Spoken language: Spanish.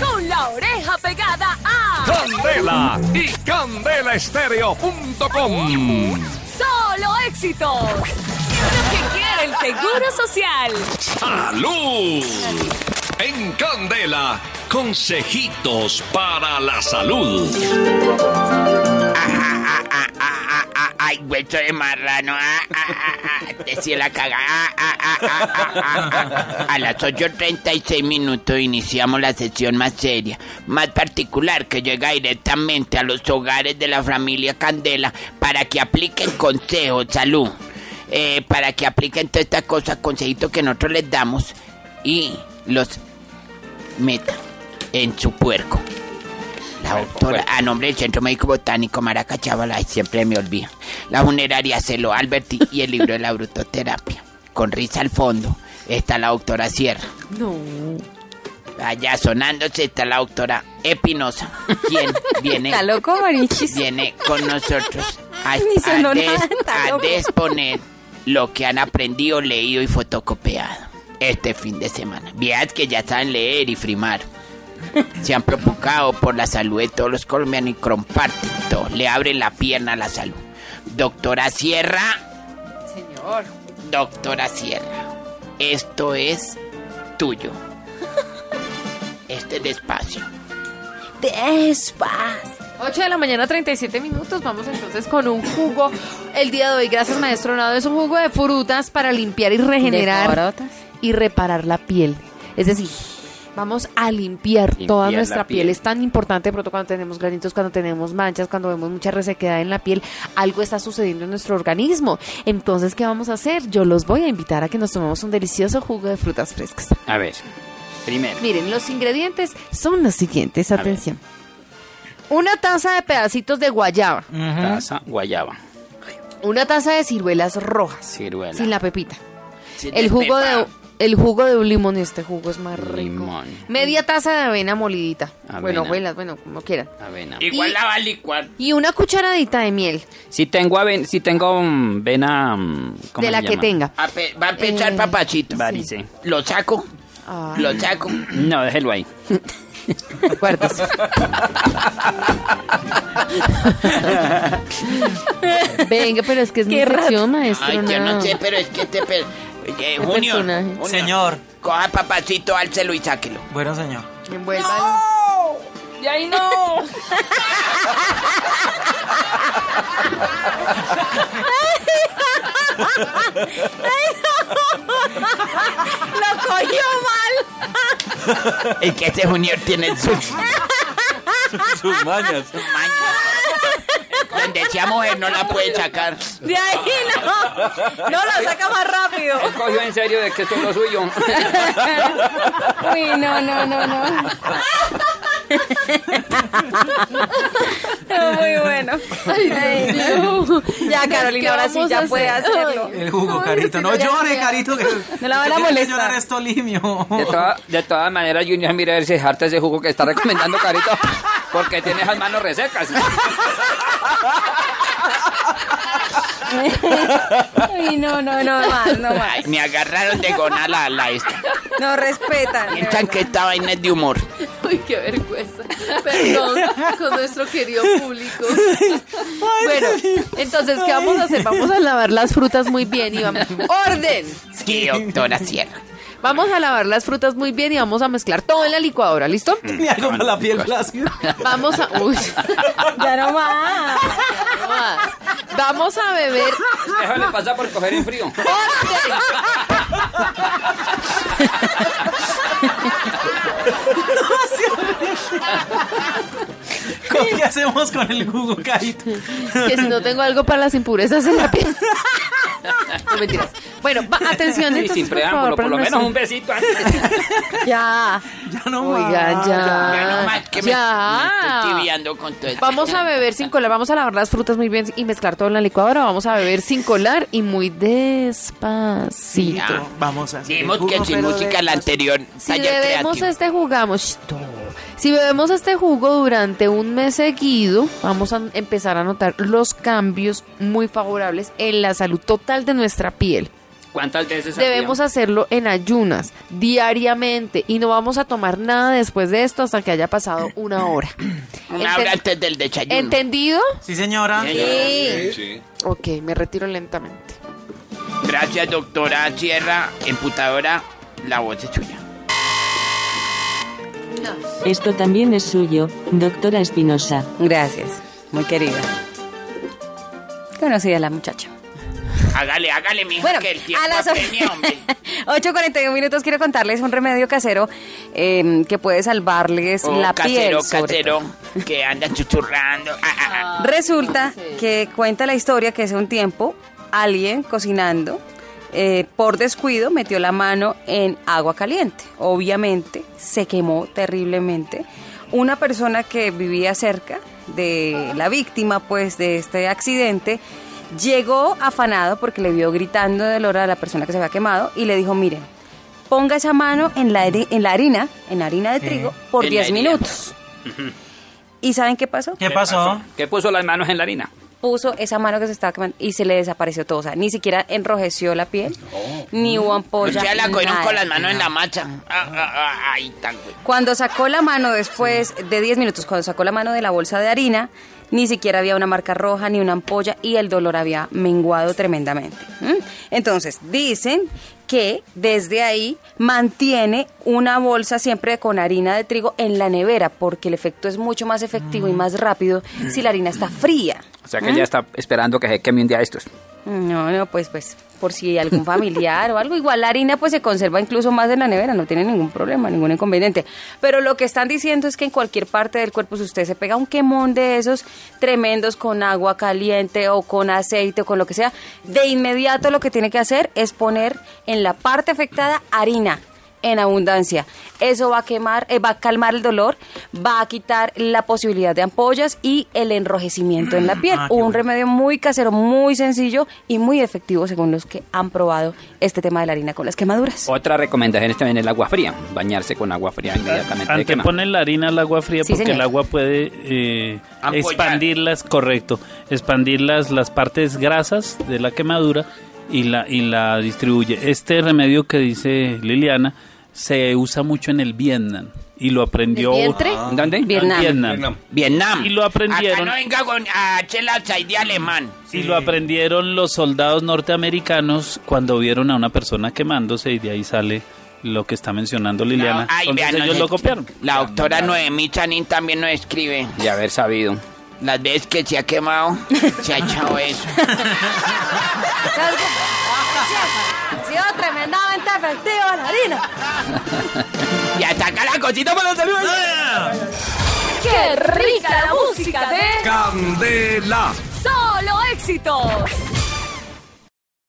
Con la oreja pegada a Candela y candelaestereo.com. Solo Éxitos. Lo que quiere el Seguro Social. Salud. En Candela, consejitos para la salud. Ay, hueso de marrano. Ah, ah, ah, ah. Te sí la caga. Ah, ah, ah, ah, ah, ah, ah. A las 8.36 minutos iniciamos la sesión más seria, más particular que llega directamente a los hogares de la familia Candela para que apliquen consejos, salud. Eh, para que apliquen todas estas cosas, consejitos que nosotros les damos y los metan en su puerco. La doctora, a nombre del Centro Médico Botánico Maraca Chavala, ay, siempre me olvida. La funeraria Celo Alberti y el libro de la brutoterapia. Con risa al fondo está la doctora Sierra. Allá sonándose está la doctora Espinosa, quien viene, ¿Está loco, Marichis? viene con nosotros a, Ni sonó a des- nada, está a loco. exponer lo que han aprendido, leído y fotocopiado este fin de semana. Vead que ya saben leer y frimar. Se han preocupado por la salud de todos los colombianos y comparten todo. Le abren la pierna a la salud. Doctora Sierra. Señor. Doctora Sierra. Esto es tuyo. Este es despacio. Despacio. 8 de la mañana, 37 minutos. Vamos entonces con un jugo. El día de hoy, gracias, maestro Nado, es un jugo de frutas para limpiar y regenerar y reparar la piel. Es decir, vamos a limpiar, toda Limpiar nuestra la piel. piel. Es tan importante de pronto cuando tenemos granitos, cuando tenemos manchas, cuando vemos mucha resequedad en la piel. Algo está sucediendo en nuestro organismo. Entonces, ¿qué vamos a hacer? Yo los voy a invitar a que nos tomemos un delicioso jugo de frutas frescas. A ver. Primero. Miren, los ingredientes son los siguientes. ver. Atención. Una taza de pedacitos de guayaba. Taza, guayaba, Una taza de ciruelas rojas. ciruela. Sin la pepita. El jugo de el jugo de un limón, este jugo es más rico. Limón. Media taza de avena molidita. Avena. Bueno, abuelas, bueno, como quieran. Avena. Igual la va a licuar. Y una cucharadita de miel, Si tengo aven- si tengo mm, vena mm, ¿cómo de la se que llama? tenga. va a empezar Eh, papachito. varice. Lo saco. Ah. Lo saco. No, déjelo ahí. Guárdese. Venga, pero es que es mi sección, maestro. Ay, yo no no. sé, pero es que este per... Eh, Qué Junior, personaje. Junior, Señor. Coja papachito, álcelo y sáquelo. Bueno, señor. Envuélvalo. Y ahí no. Lo cogió mal. Es que este Junior tiene sus Sus mañas. mañas. Donde sea mujer no la puede sacar. De ahí no. No lo saca más rápido. Él cogió en serio de que esto es lo suyo. Uy, no, no, no, no. Muy bueno. Ya, Carolina, ahora sí ya puede hacerlo. El jugo, Carito. No llore, Carito. Que No la van a que tiene que molestar. llorar esto limio. De, toda- de todas maneras, Junior, mira a ver si harta ese jugo que está recomendando Carito. Porque tiene esas manos resecas. Uy, no, no, no más, no más. Ay, me agarraron de gonala a la esta. No respetan. de Piensan que esta vaina es de humor. Uy, qué vergüenza. Perdón con nuestro querido público. Bueno, entonces, ¿qué vamos a hacer? Vamos a lavar las frutas muy bien y vamos... ¡Orden! Sí, doctora Sierra. Vamos a lavar las frutas muy bien y vamos a mezclar todo en la licuadora, ¿listo? Tenía como la piel flácida. Vamos a... Uy, verdad. Ya no más. no va. vamos a beber... Déjale pasar por coger en frío. ¿Con ¿Qué hacemos con el jugo, Carito? Que si no tengo algo para las impurezas en la piel... No mentiras. Bueno, va- atención, Y entonces, sin por favor, preámbulo, por para lo menos nuestro- un besito. Ya. Ya no Oigan, más. ya. Ah, Ya no más que me, Ah, ya. me estoy tibiando con todo este esto. Vamos a beber sin colar, vamos a lavar las frutas muy bien y mezclar todo en la licuadora. Vamos a beber sin colar y muy despacito. Ya. Vamos a hacer el Dijimos que jugo, sin pero música la anterior Si taller bebemos creativo. este jugamos, si bebemos este jugo durante un mes seguido, vamos a empezar a notar los cambios muy favorables en la salud total de nuestra piel. ¿Cuántas veces al día? Debemos hacerlo en ayunas, diariamente, y no vamos a tomar nada después de esto hasta que haya pasado una hora. Una hora Enten- antes del desayuno. ¿Entendido? Sí, señora. Sí. sí. Ok, me retiro lentamente. Gracias, doctora Sierra, emputadora. La voz es suya. Esto también es suyo, doctora Espinosa. Gracias, muy querida. Conocida la muchacha. Hágale, hágale, mija, Bueno, que el tiempo a las o- apremia, hombre. 8.41 minutos quiero contarles un remedio casero eh, que puede salvarles Oh, la casero, piel. sobre casero, que andan chuchurrando. Ah, ah, ah. Resulta que cuenta la historia que hace un tiempo alguien cocinando eh, por descuido metió la mano en agua caliente. Obviamente se quemó terriblemente. Una persona que vivía cerca de la víctima pues de este accidente llegó afanado porque le vio gritando de dolor a la persona que se había quemado y le dijo, miren, ponga esa mano en la, hari- en la harina, en la harina de trigo, por En la 10 harina. minutos. ¿Y saben qué pasó? ¿Qué pasó? ¿Qué puso las manos en la harina? puso esa mano que se estaba quemando y se le desapareció todo. O sea, ni siquiera enrojeció la piel, ni hubo ampolla. Ya la cogieron nada. con las manos en la macha. Ah, ah, ah, ay, tan güey. Cuando sacó la mano después de 10 minutos, cuando sacó la mano de la bolsa de harina, ni siquiera había una marca roja ni una ampolla y el dolor había menguado tremendamente. ¿Mm? Entonces, dicen que desde ahí mantiene una bolsa siempre con harina de trigo en la nevera porque el efecto es mucho más efectivo Mm. y más rápido si la harina está fría. O sea que ¿Mm? ya está esperando que se queme un día de estos. No, no, pues, pues, por si algún familiar o algo. Igual la harina pues se conserva incluso más en la nevera, no tiene ningún problema, ningún inconveniente. Pero lo que están diciendo es que en cualquier parte del cuerpo, si usted se pega un quemón de esos tremendos con agua caliente o con aceite o con lo que sea, de inmediato lo que tiene que hacer es poner en la parte afectada harina en abundancia. Eso va a quemar, eh, va a calmar el dolor, va a quitar la posibilidad de ampollas y el enrojecimiento en la piel. Ah, qué Un bueno. remedio muy casero, muy sencillo y muy efectivo según los que han probado este tema de la harina con las quemaduras. Otra recomendación es también el agua fría. Bañarse con agua fría inmediatamente. de Antes quema. ponen la harina al agua fría Sí, porque señor. el agua puede eh, Ampollar. expandirlas, correcto, expandirlas las partes grasas de la quemadura y la, y la distribuye. Este remedio que dice Liliana se usa mucho en el Vietnam y lo aprendió ¿El vientre? Ah. ¿Dónde? Al Vietnam. Vietnam. Vietnam. Y lo Acá aprendieron no venga con a chela de alemán. y lo aprendieron los soldados norteamericanos cuando vieron a una persona quemándose y de ahí sale lo que está mencionando Liliana. No, ay, Entonces vean, ellos no, lo gente. copiaron. La doctora Noemí Chanín también nos escribe. De haber sabido. Las veces que se ha quemado, se ha echado eso. Ha sido tremendamente efectivo la harina. Y ataca la cosita para los saludos. ¡Qué rica la música de Candela. Solo Éxitos!